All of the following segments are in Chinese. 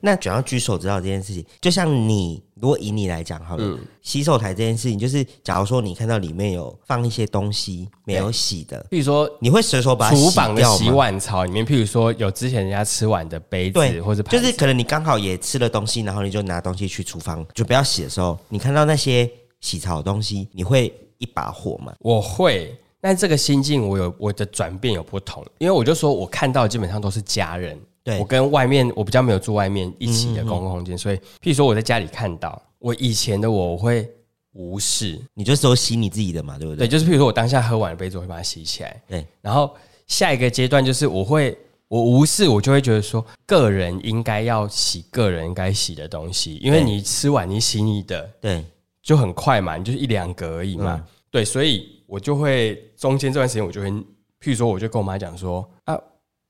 那讲到举手指导这件事情，就像你如果以你来讲好了，嗯洗手台这件事情，就是假如说你看到里面有放一些东西没有洗的，比如说你会随手把它厨洗房的掉洗吗？碗槽里面，譬如说有之前人家吃完的杯对，子或者盘就子是可能你刚好也吃了东西，然后你就拿东西去厨房准备要洗的时候，你看到那些洗槽的东西，你会一把火吗？我会，但这个心境我有我的转变有不同，因为我就说我看到基本上都是家人，对嗯我跟外面我比较没有住外面一起的公共空间，所以譬如说我在家里看到我以前的我，我会无视，你就只有洗你自己的嘛，对不对，对？就是譬如说我当下喝完了杯子，我会把它洗起来，对，然后下一个阶段就是我会。我无视，我就会觉得说，个人应该要洗个人应该洗的东西，因为对你吃完你洗你的，对，就很快嘛，你就是一两格而已嘛。嗯对，所以我就会中间这段时间，我就会，譬如说，我就跟我妈讲说啊，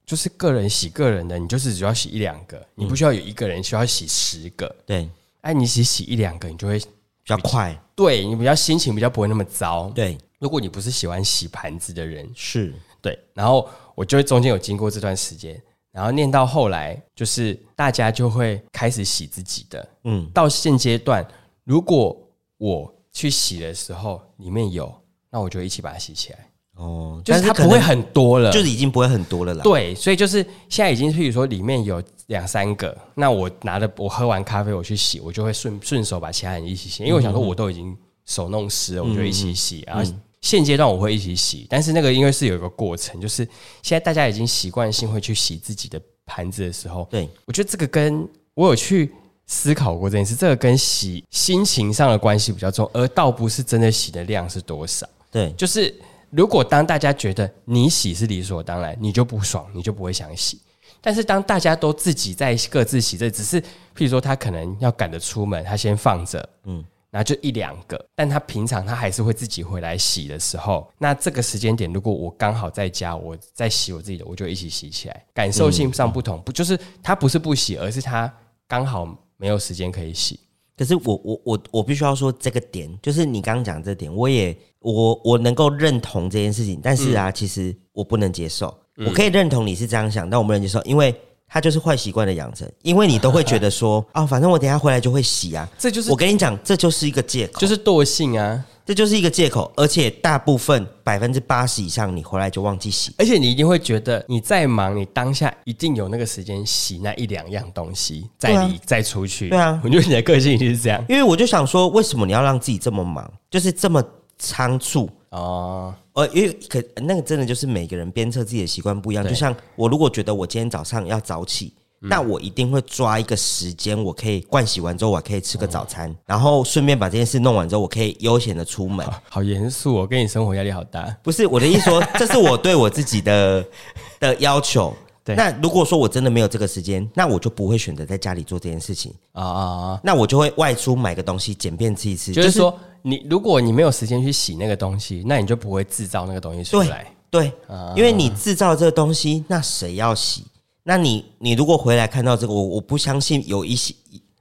就是个人洗个人的，你就是只要洗一两嗯个，你不需要有一个人需要洗十个。对，比哎、你洗洗一两个，你就会较快，对你比较心情比较不会那么糟。对，如果你不是喜欢洗盘子的人，是，对，然后我就会中间有经过这段时间，然后念到后来，就是大家就会开始洗自己的，嗯，到现阶段，如果我去洗的时候里面有，那我就一起把它洗起来，哦，就是它但可不会能很多了。就是已经不会很多了啦。对，所以就是现在已经，譬如说里面有两三个，那我拿着我喝完咖啡我去洗，我就会顺顺手把其他人一起洗，因为我想说我都已经手弄湿了，嗯我就一起洗。然后现阶段我会一起洗，但是那个因为是有一个过程，就是现在大家已经习惯性会去洗自己的盘子的时候，对，我觉得这个跟我有去思考过这件事，这个跟洗心情上的关系比较重，而倒不是真的洗的量是多少。对，就是如果当大家觉得你洗是理所当然，你就不爽，你就不会想洗。但是当大家都自己在各自洗，这只是譬如说他可能要赶着出门，他先放着，嗯，然后就一两个，但他平常他还是会自己回来洗的时候，那这个时间点，如果我刚好在家，我在洗我自己的，我就一起洗起来，感受性上不同，不就是他不是不洗，而是他刚好没有时间可以洗。可是我我我我必须要说这个点，就是你刚刚讲这点，我也我我能够认同这件事情，但是嗯啊，其实我不能接受。我可以认同你是这样想，但我不能接受，因为它就是坏习惯的养成，因为你都会觉得 说啊，反正我等一下回来就会洗啊。这就是我跟你讲，这就是一个借口，就是惰性啊，这就是一个借口，而且大部分百分之八十以上，你回来就忘记洗。而且你一定会觉得你再忙，你当下一定有那个时间洗那一两样东西，再对啊离、再出去。对啊我觉得你的个性一定是这样因为我就想说，为什么你要让自己这么忙，就是这么仓促？哦。呃，因为可那个真的就是每个人鞭策自己的习惯不一样。对嗯就像我如果觉得我今天早上要早起，那我一定会抓一个时间，我可以盥洗完之后，我可以吃个哦早餐，然后顺便把这件事弄完之后，我可以悠闲的出门。好严肃哦，我跟你生活压力好大。不是我的意思说，这是我对我自己 的的要求。对那如果说我真的没有这个时间，那我就不会选择在家里做这件事情，啊啊啊！那我就会外出买个东西，简便吃一吃。就是说，你如果你没有时间去洗那个东西，那你就不会制造那个东西出对来。对，啊因为你制造这个东西，那谁要洗？那你你如果回来看到这个，我我不相信有一些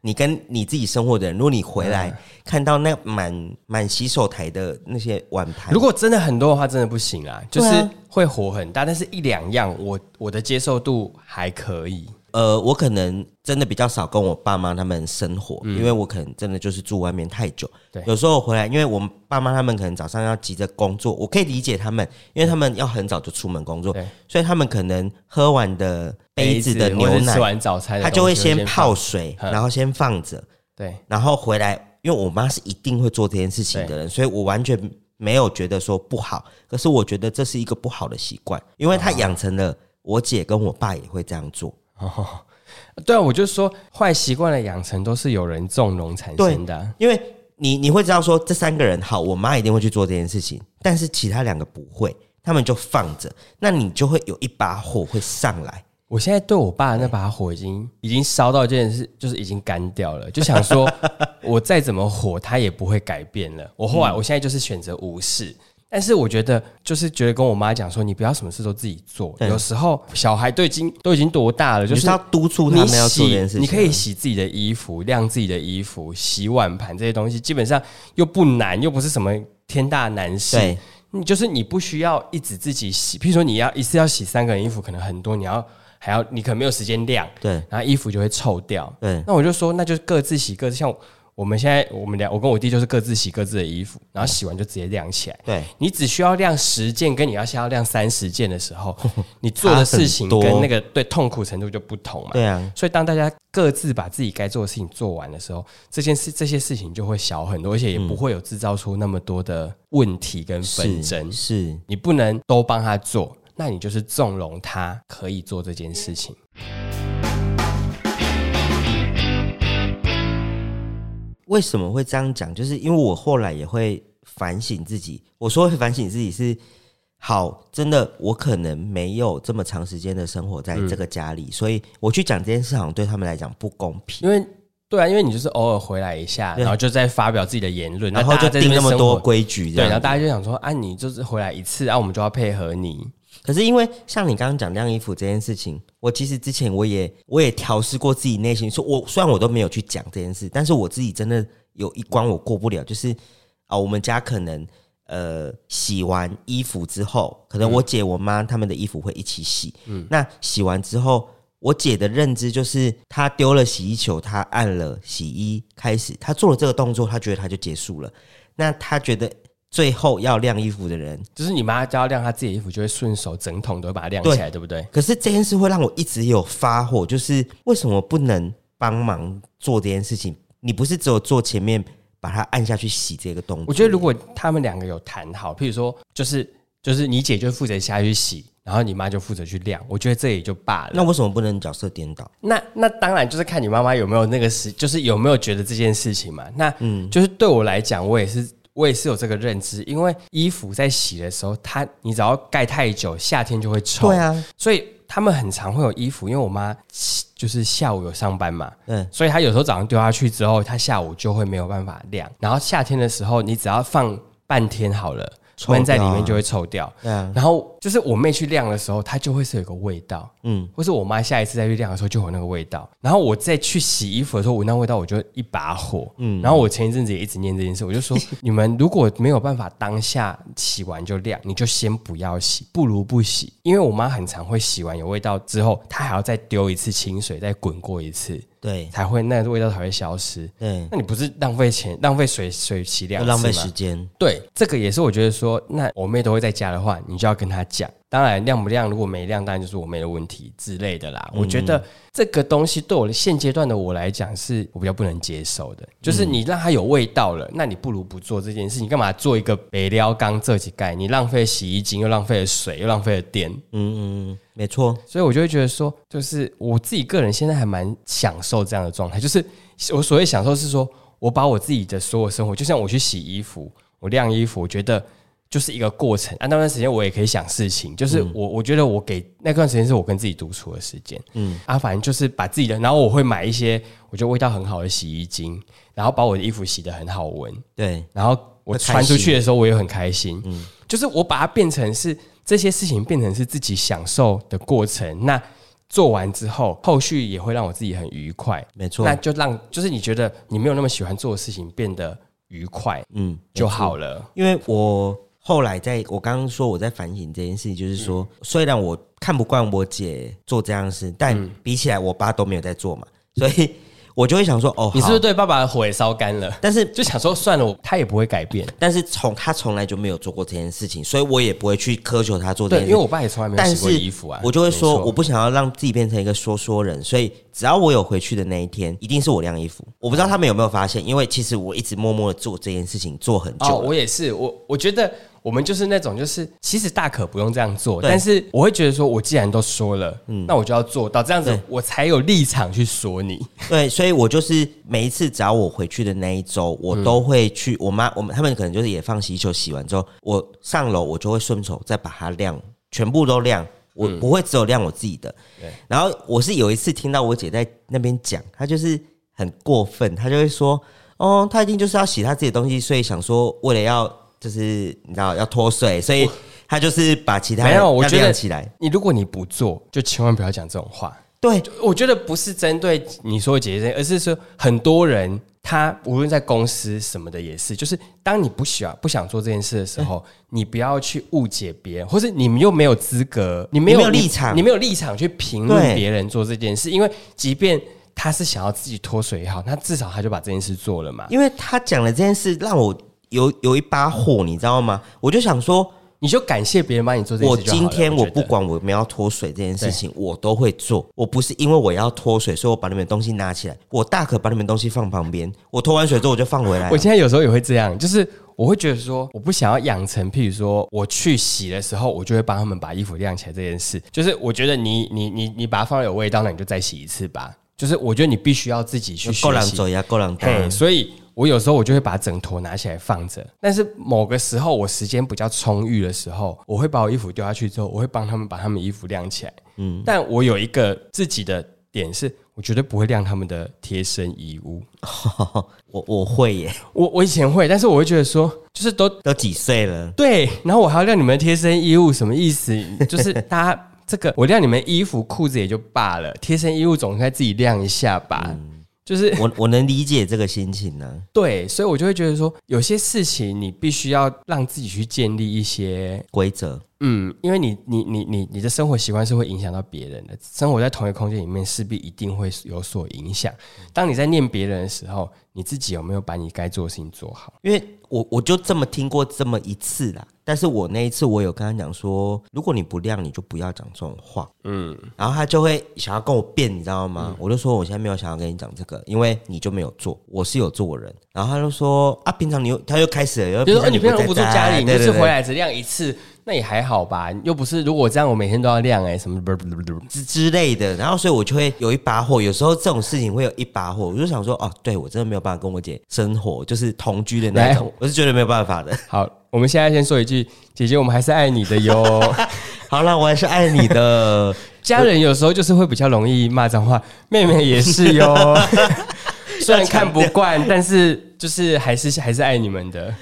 你跟你自己生活的人，如果你回嗯来看到那满满洗手台的那些碗盘，如果真的很多的话，真的不行啊，就对是啊会火很大。但是一两样我，我的接受度还可以。呃，我可能真的比较少跟我爸妈他们生活，因为我可能真的就是住外面太久。嗯对有时候我回来，因为我们爸妈他们可能早上要急着工作，我可以理解他们，因为他们要很早就出门工作对，所以他们可能喝完的杯子的或牛是奶吃，完早餐的他东西，就会先泡放水，嗯然后先放着，对。然后回来，因为我妈是一定会做这件事情的人，所以我完全没有觉得说不好，可是我觉得这是一个不好的习惯，因为她哦养成了我姐跟我爸也会这样做，对啊，我就说坏习惯的养成都是有人纵容产生的啊、因为你你会知道说这三个人好，我妈一定会去做这件事情，但是其他两个不会，他们就放着，那你就会有一把火会上来，我现在对我爸的那把火已经已经烧到这件事，就是已经干掉了，就想说我再怎么火，他也不会改变了。我后来、我现在就是选择无视。但是我觉得，就是觉得跟我妈讲说，你不要什么事都自己做。对有时候小孩都已经都已经多大了，就你就是是要督促他你们要做这件洗，事情啊。你可以洗自己的衣服、晾自己的衣服、洗碗盘这些东西，基本上又不难，又不是什么天大难事对。你就是你不需要一直自己洗，譬如说你要一次要洗三个人衣服，可能很多，你要还要你可能没有时间晾，对然后衣服就会臭掉。对那我就说，那就各自洗各自，像我们现在我们俩，我跟我弟就是各自洗各自的衣服，然后洗完就直接晾起来。对，你只需要晾十件，跟你要先要晾三十件的 时候，你做的事情差很跟多那个对痛苦程度就不同嘛。对啊，所以当大家各自把自己该做的事情做完的时候，这件事这些事情就会小很多，而且也不会有制造出那么多的问题跟纷争是。是，你不能都帮他做，那你就是纵容他可以做这件事情。嗯为什么会这样讲？就是因为我后来也会反省自己。我说会反省自己是好，真的，我可能没有这么长时间的生活嗯在这个家里，所以我去讲这件事，好像对他们来讲不公平。因为对啊，因为你就是偶尔回来一下，对然后就再发表自己的言论，然后大就家在定那边么生多活规矩，这对，然后样。大家就想说啊，你就是回来一次啊，我们就要配合你。可是因为像你刚刚讲晾衣服这件事情，我其实之前我也我也调试过自己内心，说我虽然我都没有去讲这件事，但是我自己真的有一关我过不了，就是啊、我们家可能呃洗完衣服之后，可能我姐我妈他们的衣服会一起洗，嗯，那洗完之后。我姐的认知就是，她丢了洗衣球，她按了洗衣开始，她做了这个动作，她觉得她就结束了。那她觉得最后要晾衣服的人就是你妈只要晾她自己的衣服，就会顺手整桶都会把它晾起对来，对不对？可是这件事会让我一直有发火，就是为什么不能帮忙做这件事情？你不是只有做前面把它按下去洗这个动作？我觉得如果他们两个有谈好，譬如说，就是就是你姐就负责下去洗，然后你妈就负责去晾，我觉得这也就罢了。那为什么不能角色颠倒？那那当然就是看你妈妈有没有那个时，就是有没有觉得这件事情嘛。那嗯，就是对我来讲，我也是我也是有这个认知，因为衣服在洗的时候，它你只要盖太久，夏天就会臭。对，啊，所以他们很常会有衣服，因为我妈就是下午有上班嘛，嗯，所以她有时候早上丢下去之后，她下午就会没有办法晾。然后夏天的时候，你只要放半天好了，臭掉啊闷在里面就会臭掉。对啊，然后就是我妹去晾的时候，它就会是有一个味道，嗯，或是我妈下一次再去晾的时候就有那个味道。然后我再去洗衣服的时候，闻到味道我就一把火。嗯，然后我前一阵子也一直念这件事，我就 说你们如果没有办法当下洗完就晾，你就先不要洗，不如不洗。因为我妈很常会洗完有味道之后，她还要再丢一次清水，再滚过一次，对才会那个味道才会消失。对，那你不是浪费钱、浪费水水洗两又次浪费吗时间。对，这个也是我觉得说，那我妹都会在家的话，你就要跟她讲。当然，亮不亮，如果没亮，当然就是我妹的问题之类的啦。我觉得这个东西对我的现阶段的我来讲，是我比较不能接受的。就是你让它有味道了，那你不如不做这件事。你干嘛做一个北撩缸这几盖？你浪费洗衣精，又浪费了水，又浪费了电。嗯嗯嗯，没错，所以我就会觉得说，就是我自己个人现在还蛮享受这样的状态，就是我所谓享受是说，我把我自己的所有生活，就像我去洗衣服，我晾衣服，我觉得就是一个过程。啊，那段时间我也可以想事情，就是我、我觉得我给那段时间是我跟自己独处的时间，嗯，啊，反正就是把自己的，然后我会买一些我觉得味道很好的洗衣精，然后把我的衣服洗得很好闻，对然后我穿出去的时候，我也很开心。嗯，就是我把它变成是这些事情变成是自己享受的过程。那做完之后，后续也会让我自己很愉快。没错那，就让就是你觉得你没有那么喜欢做的事情变得愉快嗯，就好了。因为我后来在我刚刚说我在反省这件事情，就是说、嗯虽然我看不惯我姐做这样的事，嗯但比起来我爸都没有在做嘛，所以我就会想说，哦，你是好不是对爸爸的火也烧干了？但是就想说算了，我他也不会改变。但是从他从来就没有做过这件事情，所以我也不会去苛求他做这对，件因事为情。我爸也从来没有但洗过是衣服啊。我就会没说，错我不想要让自己变成一个说说人，所以只要我有回去的那一天，一定是我晾衣服。我不知道他们有没有发现，因为其实我一直默默的做这件事情做很久哦，了。我也是，我我觉得我们就是那种，就是其实大可不用这样做，对嗯但是我会觉得说，我既然都说了，那我就要做到，这样子对我才有立场去说你。对，所以我就是每一次只要我回去的那一周，嗯我都会去我妈我们他们可能就是也放洗衣球洗完之后，我上楼我就会顺手再把它晾，全部都晾，我不会只有晾我自己的。嗯对然后我是有一次听到我姐在那边讲，她就是很过分，她就会说：“哦，她一定就是要洗她自己的东西，所以想说为了要就是你知道要脱水，所以她就是把其他没人有，我要觉晾得起来。你如果你不做，就千万不要讲这种话。”对，我觉得不是针对你说的姐姐，而是说很多人他无论在公司什么的也是，就是当你不喜欢不想做这件事的时嗯候，你不要去误解别人，或是你们又没有资格，你没有你没有立场你没有立场去评论对别人做这件事，因为即便他是想要自己脱水也好，那至少他就把这件事做了嘛。因为他讲的这件事让我有有一把火，你知道吗？我就想说，你就感谢别人帮你做这件我事就好了。今天我我觉不得，管我们要脱水这件事情，我都会做。我不是因为我要脱水，所以我把你们的东西拿起来，我大可把你们东西放旁边。我脱完水之后我就放回来我了。现在有时候也会这样，就是我会觉得说，我不想要养成，譬如说我去洗的时候，我就会帮他们把衣服晾起来这件事。就是我觉得你你你你把它放到有味道，那你就再洗一次吧。就是我觉得你必须要自己去够学狼习走呀，够狼打。嘿，所以我有时候我就会把整坨拿起来放着，但是某个时候我时间比较充裕的时候，我会把我衣服丢下去之后，我会帮他们把他们衣服晾起来。嗯，但我有一个自己的点是，我绝对不会晾他们的贴身衣物。 我我会耶，我我以前会，但是我会觉得说，就是都都几岁了，对，然后我还要晾你们的贴身衣物，什么意思？就是 大家这个，我晾你们衣服、裤子也就罢了，贴身衣物总该自己晾一下吧。 就是我我能理解这个心情呢、对，所以我就会觉得说，有些事情你必须要让自己去建立一些，规则嗯，因为你你你你你的生活习惯是会影响到别人的，生活在同一个空间里面，势必一定会有所影响。当你在念别人的时候，你自己有没有把你该做的事情做好？因为我我就这么听过这么一次啦，但是我那一次我有跟他讲说，如果你不亮，你就不要讲这种话，嗯，然后他就会想要跟我辩，你知道吗？嗯我就说我现在没有想要跟你讲这个，因为你就没有做，我是有做人，然后他就说啊，平常你又他又开始了，又比如说，哦平常你你平常在不住家家里，你就对对是回对，来只晾一次，那也还好吧？又不是，如果这样，我每天都要晾哎、什么不不不不，之之类的，然后所以我就会有一把火，有时候这种事情会有一把火，我就想说，哦，对我真的没有办法跟我姐生活，就是同居的那一种，我是觉得没有办法的。好，我们现在先说一句，姐姐，我们还是爱你的哟。 好了，我还是爱你的。家人有时候就是会比较容易骂脏话，妹妹也是哟。 虽然看不惯，但是就是还是还是爱你们的。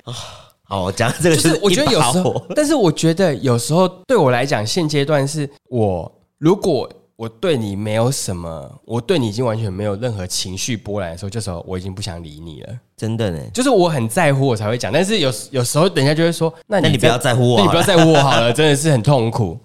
好，我讲这个就是我觉得有时一把候火，但是我觉得有时候对我来讲，现阶段是我如果我对你没有什么，我对你已经完全没有任何情绪波澜的时候，这时候我已经不想理你了。真的呢，就是我很在乎我才会讲，但是有有时候等一下就会说，那你那你不要在乎我那你好不要了在乎我好了，真的是很痛苦。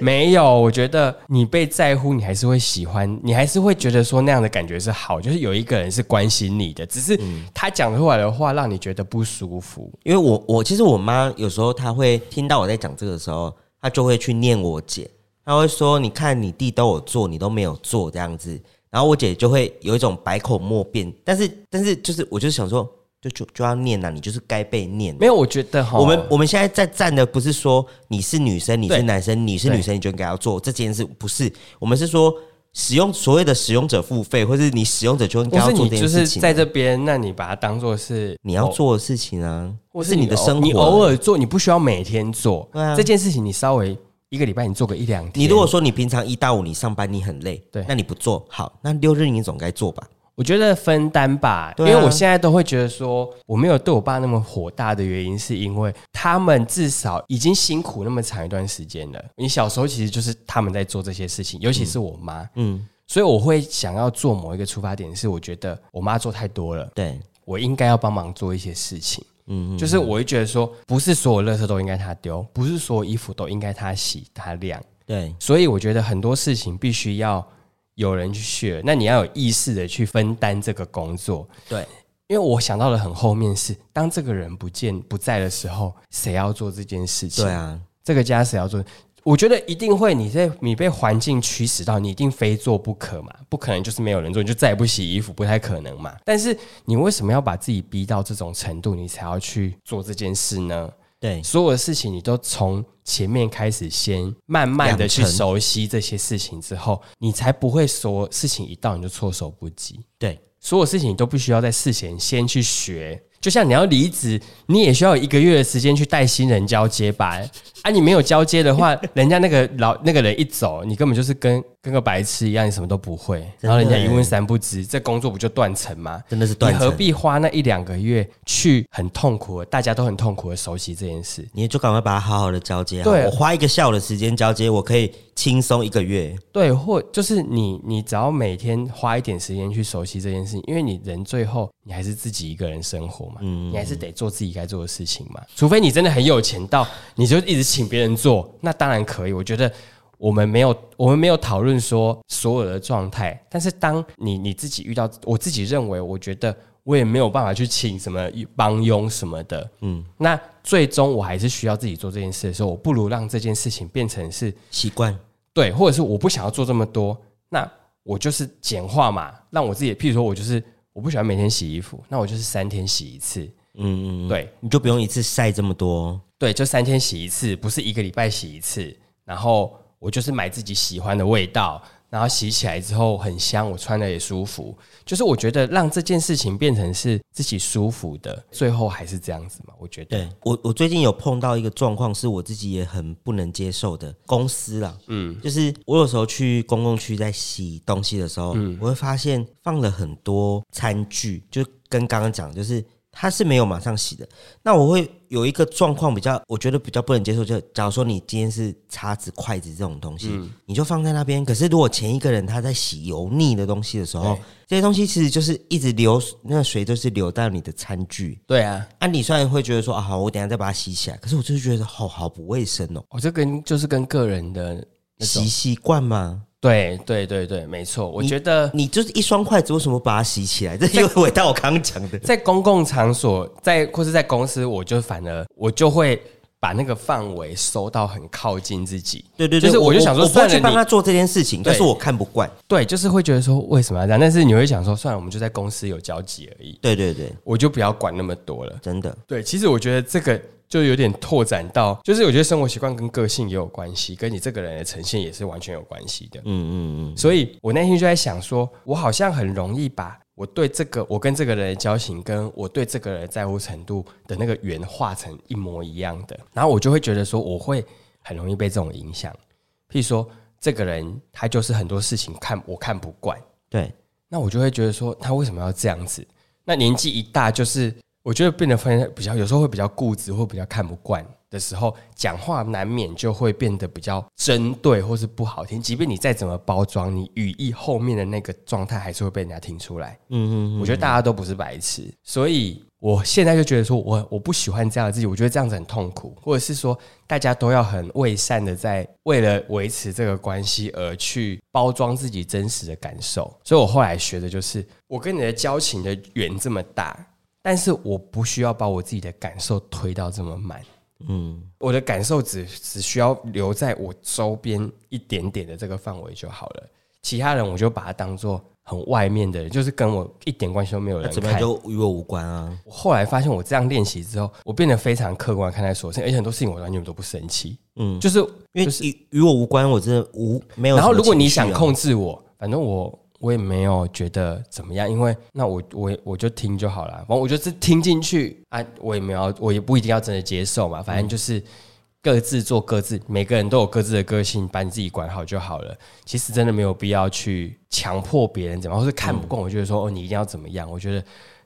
没有，我觉得你被在乎，你还是会喜欢，你还是会觉得说那样的感觉是好，就是有一个人是关心你的，只是嗯他讲出来的话让你觉得不舒服。因为我我其实我妈有时候她会听到我在讲这个的时候，她就会去念我姐，她会说：“你看你弟都有做，你都没有做这样子。”然后我姐就会有一种百口莫辩，但是但是就是我就想说，就就就要念呐、啊你就是该被念。没有，我觉得哈，我们我们现在在站的不是说你是女生，你对是男生，你是女生你就应该要做这件事，不是我们是说使用所谓的使用者付费，或是你使用者就应不该要是做你这就件是事情啊。在这边，那你把它当做是你要偶做的事情啊，或是你的偶生活。你偶尔做，你不需要每天做对啊这件事情，你稍微一个礼拜你做个一两天，你如果说你平常一到五你上班你很累，对那你不做好，那六日你总该做吧？我觉得分担吧，对啊因为我现在都会觉得说，我没有对我爸那么火大的原因，是因为他们至少已经辛苦那么长一段时间了。你小时候其实就是他们在做这些事情，尤其是我妈，嗯，所以我会想要做某一个出发点，是我觉得我妈做太多了，对，我应该要帮忙做一些事情。嗯，就是我会觉得说，不是所有垃圾都应该她丢，不是所有衣服都应该她洗她晾，对，所以我觉得很多事情必须要有人去学，那你要有意识的去分担这个工作。对，因为我想到的很后面是，当这个人不见不在的时候，谁要做这件事情？对，啊，这个家谁要做？我觉得一定会，你在你被环境驱使到，你一定非做不可嘛，不可能就是没有人做，你就再也不洗衣服，不太可能嘛。但是你为什么要把自己逼到这种程度，你才要去做这件事呢？对，所有的事情你都从前面开始，先慢慢的去养成熟悉这些事情之后，你才不会说事情一到你就措手不及。对，所有事情你都必须要在事前先去学。就像你要离职，你也需要有一个月的时间去带 新人交接吧。啊，你没有交接的话，人家那个老那个人一走，你根本就是跟跟个白痴一样，你什么都不会，真的然后人家一问三不知，这工作不就断层吗？真的是你断何层。必花那一两个月去很痛苦的，大家都很痛苦的熟悉这件事？你就赶快把它好好的交接好。对我花一个下午的时间交接，我可以轻松一个月。对，或就是你，你只要每天花一点时间去熟悉这件事情，因为你人最后你还是自己一个人生活嘛，你还是得做自己该做的事情嘛。除非你真的很有钱到你就一直请别人做，那当然可以。我觉得我们没有，我们没有讨论说所有的状态，但是当你你自己遇到，我自己认为，我觉得我也没有办法去请什么帮佣什么的，嗯，那最终我还是需要自己做这件事的时候，我不如让这件事情变成是。习惯，对，或者是我不想要做这么多，那我就是简化嘛，让我自己，譬如说我就是我不喜欢每天洗衣服，那我就是三天洗一次，嗯嗯，嗯对你就不用一次晒这么多。哦对，就三天洗一次，不是一个礼拜洗一次，然后我就是买自己喜欢的味道。然后洗起来之后很香，我穿的也舒服。就是我觉得让这件事情变成是自己舒服的，最后还是这样子嘛。我觉得对我，我最近有碰到一个状况，是我自己也很不能接受的。公司啦，嗯，就是我有时候去公共区在洗东西的时候，嗯我会发现放了很多餐具，就跟刚刚讲，就是它是没有马上洗的。那我会有一个状况比较，我觉得比较不能接受，就假如说你今天是叉子、筷子这种东西，嗯你就放在那边。可是如果前一个人他在洗油腻的东西的时候对，这些东西其实就是一直流，那个水都是流到你的餐具。对啊，啊，你虽然会觉得说啊，好，我等一下再把它洗起来，可是我就是觉得好好不卫生哦，我、这跟就是跟个人的那种洗习惯嘛。对对对对，没错。我觉得你就是一双筷子，为什么把它洗起来？这 又回到我刚刚讲的，在公共场所，在或是在公司，我就反而我就会把那个范围收到很靠近自己。对对对，就是我就想说我不会算了去帮你他做这件事情，对但是我看不惯。对，就是会觉得说为什么要这样？但是你会想说，算了，我们就在公司有交集而已，对对对，我就不要管那么多了。真的，对，其实我觉得这个就有点拓展到，就是我觉得生活习惯跟个性也有关系，跟你这个人的呈现也是完全有关系的。嗯嗯嗯，所以我内心就在想说，我好像很容易把我对这个我跟这个人的交情，跟我对这个人的在乎程度的那个圆画成一模一样的，然后我就会觉得说，我会很容易被这种影响。譬如说，这个人他就是很多事情看我看不惯，对，那我就会觉得说，他为什么要这样子？那年纪一大，就是我觉得变得分比较，有时候会比较固执，或比较看不惯的时候，讲话难免就会变得比较针对，或是不好听。即便你再怎么包装，你语义后面的那个状态还是会被人家听出来。嗯嗯嗯，我觉得大家都不是白痴，所以我现在就觉得说我我不喜欢这样的自己，我觉得这样子很痛苦，或者是说大家都要很为善的在为了维持这个关系而去包装自己真实的感受。所以我后来学的就是，我跟你的交情的缘这么大，但是我不需要把我自己的感受推到这么满。嗯，我的感受只只需要留在我周边一点点的这个范围就好了，其他人我就把它当做很外面的人，就是跟我一点关系都没有那人怎么看样。就与我无关啊？我后来发现我这样练习之后，我变得非常客观看待所有事情，而且很多事情我完全都不生气，嗯，就是因就为是与与我无关，我真的无没有什么情绪啊。然后如果你想控制我，反正我我也没有觉得怎么样，因为那我我我就听就好了，反正我就是听进去啊，我也没有要，我也不一定要真的接受嘛，嗯反正就是。各自做各自，每个人都有各自的个性，把你自己管好就好了。其实真的没有必要去强迫别人怎么样，或是看不惯，我觉得说哦，你一定要怎么样。我觉得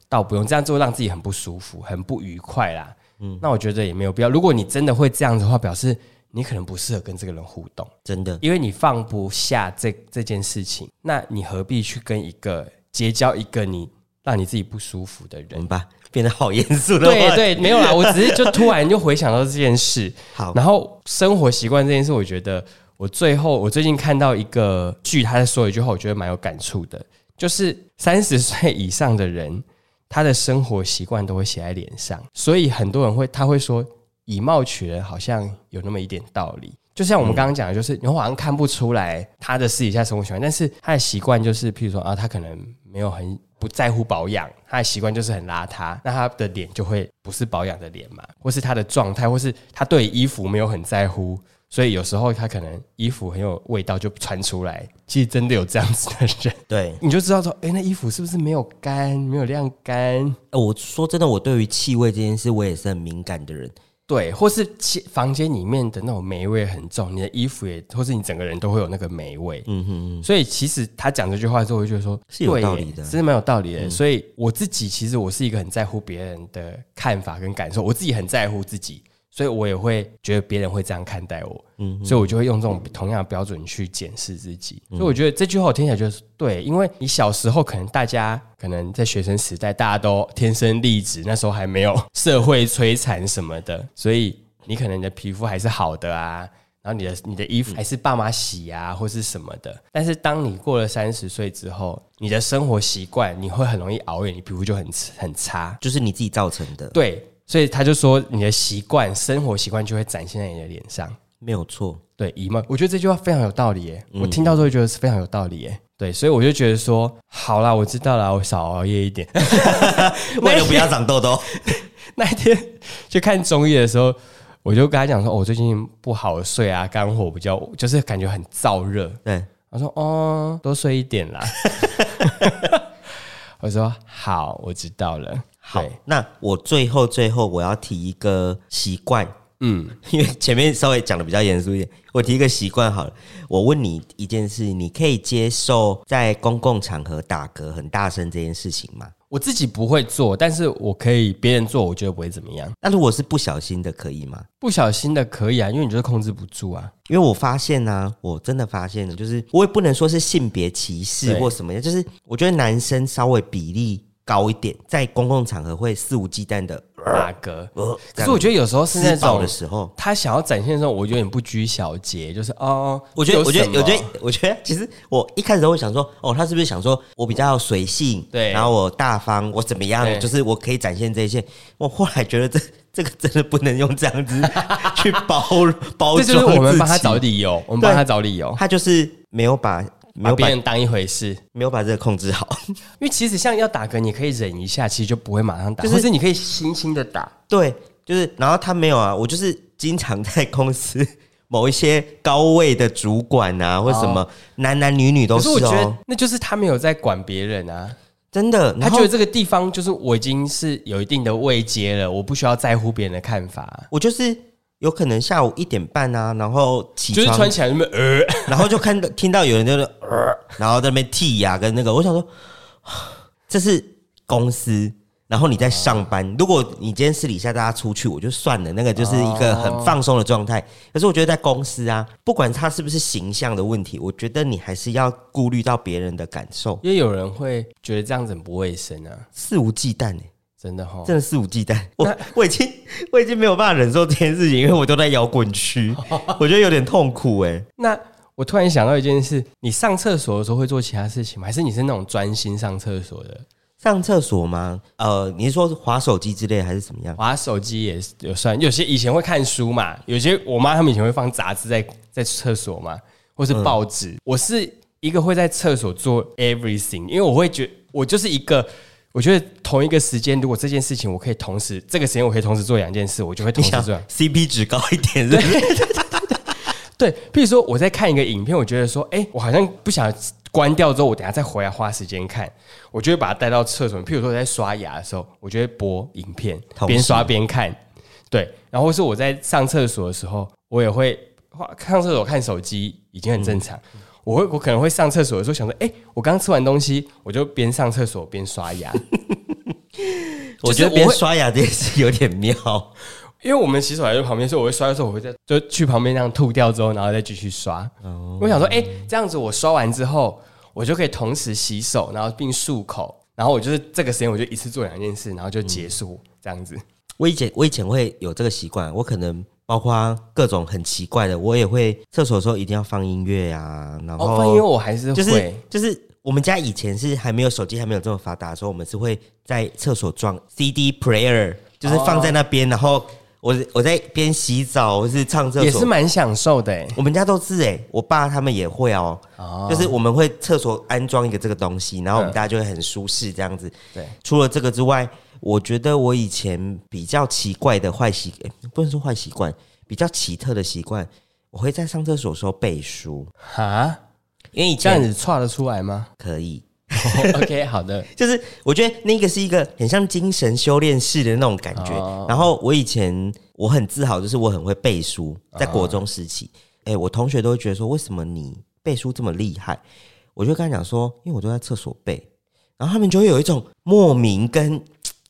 倒不用这样做，让自己很不舒服、很不愉快啦。嗯，那我觉得也没有必要。如果你真的会这样子的话，表示你可能不适合跟这个人互动。真的，因为你放不下这这件事情，那你何必去跟一个结交一个你让你自己不舒服的我人？们吧， 变得好严肃了。对，对，没有啦，我只是就突然就回想到这件事，好，然后生活习惯这件事，我觉得我最后我最近看到一个剧，他在说一句话，我觉得蛮有感触的，就是三十岁以上的人，他的生活习惯都会写在脸上，所以很多人会他会说以貌取人，好像有那么一点道理。就像我们刚刚讲的，就是你好像看不出来他的私底下生活习惯，但是他的习惯就是，譬如说啊，他可啊能没有很不在乎保养，他的习惯就是很邋遢，那他的脸就会不是保养的脸嘛，或是他的状态，或是他对衣服没有很在乎，所以有时候他可能衣服很有味道就穿出来。其实真的有这样子的人，对，你就知道说，哎、那衣服是不是没有干，没有晾干？哎呃我说真的，我对于气味这件事，我也是很敏感的人。对，或是其房间里面的那种霉味很重，你的衣服也，或是你整个人都会有那个霉味。嗯哼，所以其实他讲这句话之后，我就觉得说是有对耶道理的嗯是蛮有道理的。所以我自己其实我是一个很在乎别人的看法跟感受，我自己很在乎自己，所以我也会觉得别人会这样看待我，嗯所以我就会用这种同样的标准去检视自己。所以我觉得这句话我听起来就是对，因为你小时候可能大家可能在学生时代大家都天生丽质，那时候还没有社会摧残什么的，所以你可能你的皮肤还是好的啊，然后你的你的衣服还是爸妈洗啊，或是什么的。但是当你过了三十岁之后，你的生活习惯你会很容易熬夜，你皮肤就很很差。就是你自己造成的，对，所以他就说你的习惯、生活习惯就会展现在你的脸上。没有错。对，以貌，我觉得这句话非常有道理耶，我听到之后就觉得是非常有道理耶。对，所以我就觉得说，好啦，我知道啦，我少熬夜一点。 为了不要长痘痘，那一天去看中医的时候，我就跟他讲说，哦，我最近不好睡啊，肝火比较，就是感觉很燥热。对，他说：“哦，多睡一点啦。” 我说：“好，我知道了。”好对，那我最后最后我要提一个习惯，嗯，因为前面稍微讲的比较严肃一点，我提一个习惯好了。我问你一件事，你可以接受在公共场合打嗝很大声这件事情吗？我自己不会做，但是我可以别人做，我觉得不会怎么样。那如果是不小心的，可以吗？不小心的可以啊，因为你就是控制不住啊。因为我发现呢、我真的发现了，就是我也不能说是性别歧视对或什么样，就是我觉得男生稍微比例高一点，在公共场合会肆无忌惮的，大哥，呃，可是我觉得有时候是那施暴种的时候，他想要展现的时候，我有点不拘小节，就是哦，我觉得，有我觉得，什么我觉得，我觉得，其实我一开始都会想说，哦，他是不是想说我比较随性，对然后我大方，我怎么样对，就是我可以展现这些。我后来觉得这这个真的不能用这样子 去包包这就是装我们自帮他己找理由，我们帮对他找理由，他就是没有把没把有别把人当一回事。没有把这个控制好。 因为其实像要打嗝，你可以忍一下，其实就不会马上打，就是或是你可以轻轻的打。对，就是，然后他没有啊，我就是经常在公司 某一些高位的主管啊，或什么男男女女都哦可是是我觉得哦，那就是他没有在管别人啊，真的，他然觉后得这个地方就是我已经是有一定的位阶了，我不需要在乎别人的看法。我就是有可能下午一点半啊，然后起就是床，穿起来那么呃， 然后就看到听到有人就是、呃，然后在那边剔牙跟那个，我想说， 这是公司。然后你在上班，如果你今天私底下大家出去，我就算了，那个就是一个很放松的状态。可是我觉得在公司啊，不管他是不是形象的问题，我觉得你还是要顾虑到别人的感受，因为有人会觉得这样子很不卫生啊，肆无忌惮欸真的哈。真的肆无忌惮。我我已经我已经没有办法忍受这件事情，因为我都在摇滚区，我觉得有点痛苦哎、那我突然想到一件事，你上厕所的时候会做其他事情吗？还是你是那种专心上厕所的？上厕所吗？呃，你是说滑手机之类还是怎么样？玩手机也是有算，有些以前会看书嘛，有些我妈他们以前会放杂志在在厕所嘛，或是报纸。嗯我是一个会在厕所做 everything，因为我会觉我就是一个，我觉得同一个时间，如果这件事情我可以同时，这个时间我可以同时做两件事，我就会同你时想做两。 CP 值高一点是不是？对，譬如说我在看一个影片，我觉得说，哎、我好像不想关掉之后，我等一下再回来花时间看，我就会把它带到厕所。譬如说我在刷牙的时候，我就会播影片同，时边刷边看。对，然后或是我在上厕所的时候，我也会上厕所看手机，已经很正常。嗯我会，我可能会上厕所的时候想说，哎、我刚吃完东西，我就边上厕所边刷牙，我觉得边刷牙这件事有点妙，因为我们洗手台在旁边，所以我会刷的时候，我会在就去旁边这样吐掉之后，然后再继续刷。我想说，哎、这样子我刷完之后，我就可以同时洗手，然后并漱口，然后我就是这个时间我就一次做两件事，然后就结束、这样子。我以前我以前会有这个习惯，我可能包括各种很奇怪的，我也会厕所的时候一定要放音乐啊，然后、哦，因为我还是会，就是就是我们家以前是还没有手机还没有这么发达的时候，我们是会在厕所装 CD player，就是放哦在那边，然后我我在边洗澡或是唱厕所也是蛮享受的、欸。我们家都是哎、我爸他们也会哦、就是我们会厕所安装一个这个东西，然后我们嗯大家就会很舒适这样子。对，除了这个之外，我觉得我以前比较奇怪的坏习、诶不能说坏习惯，比较奇特的习惯，我会在上厕所的时候背书，哈，因为以这样前子岔得出来吗？哦可以， OK，好的，就是我觉得那个是一个很像精神修炼室的那种感觉。哦然后我以前我很自豪，就是我很会背书，哦在国中时期，哎、我同学都会觉得说，为什么你背书这么厉害？我就跟他讲说，因为我都在厕所背，然后他们就会有一种莫名跟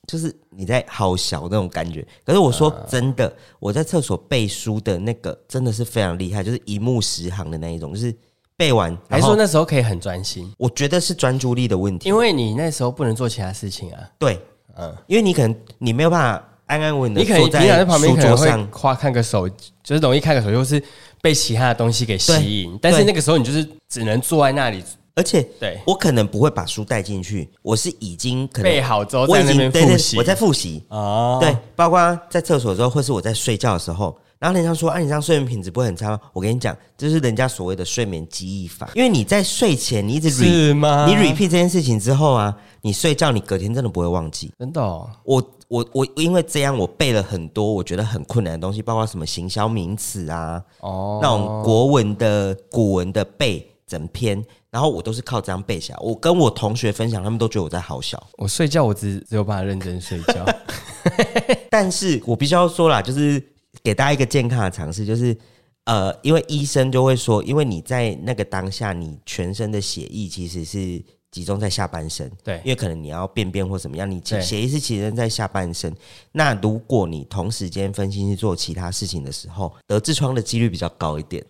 就是你在好小那种感觉。可是我说真的，我在厕所背书的那个真的是非常厉害，就是一目十行的那一种，就是背完，还然是后说那时候可以很专心，我觉得是专注力的问题，因为你那时候不能做其他事情啊。对。嗯，因为你可能你没有办法安安稳稳你的可能坐平常在旁边书可能桌会上，夸看个手，就是容易看个手，机，或是被其他的东西给吸引。但是那个时候你就是只能坐在那里，而且对，我可能不会把书带进去，我是已经可背能好之后我在已那经边对复对习。，我在复习，哦，对，包括在厕所的时候，或是我在睡觉的时候。然后人家说：“啊，你这样睡眠品质不会很差吗？”我跟你讲，这是人家所谓的睡眠记忆法，因为你在睡前你一直 re 是吗？你 repeat 这件事情之后啊，你睡觉你隔天真的不会忘记。真的哦，我我我因为这样，我背了很多我觉得很困难的东西，包括什么行销名词啊，哦那种国文的古文的背整篇，然后我都是靠这样背下来。我跟我同学分享，他们都觉得我在好小，我睡觉我只只有办法认真睡觉。但是我必须要说啦，就是给大家一个健康的尝试，就是呃，因为医生就会说，因为你在那个当下，你全身的血液其实是集中在下半身，对因为可能你要便便或怎么样，你对其血液是集中在下半身。那如果你同时间分心去做其他事情的时候，得痔疮的几率比较高一点。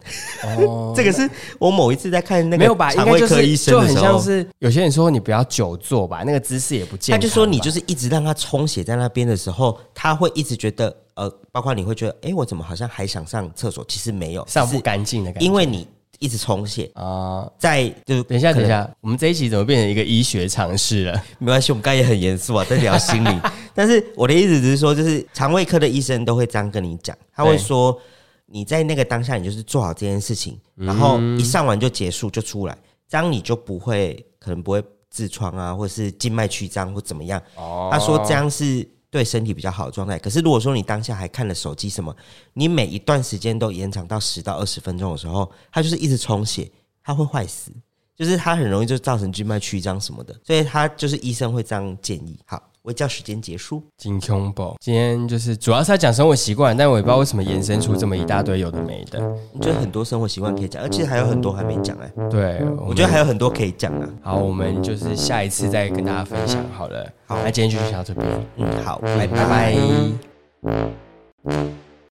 哦， 这个是我某一次在 看那个没有吧？应肠该胃就科是医生就的很时候，像是有些人说你不要久坐吧，那个姿势也不健他康吧。就说你就是一直让他充血在那边的时候，他会一直觉得呃，包括你会觉得，哎、我怎么好像还想上厕所？其实没有，上不是干净的感觉。因为你一直充血，啊，在就是等一下，可等能一下，我们这一集怎么变成一个医学常识了？没关系，我们刚才也很严肃啊，在聊心 理。但是我的意思只是说，就是肠胃科的医生都会这样跟你讲，他会对说你在那个当下，你就是做好这件事情，嗯然后一上完就结束就出来，这样你就不会可能不会痔疮啊，或是静脉曲张或怎么样。哦他说这样是对身体比较好的状态。可是如果说你当下还看了手机什么，你每一段时间都延长到十到二十分钟的时候，它就是一直充血，它会坏死，就是它很容易就造成静脉曲张什么的。所以他就是医生会这样建议。好，我叫时间结束。金胸宝，今天就是主要是在讲生活习惯，但我也不知道为什么延伸出这么一大堆有的没的。就很多生活习惯可以讲，而且还有很多还没讲哎、对，我我觉觉得得还有很多可以讲啊。好，我们就是下一次再跟大家分享好了。好那今天就先到这边，嗯，好，拜拜拜拜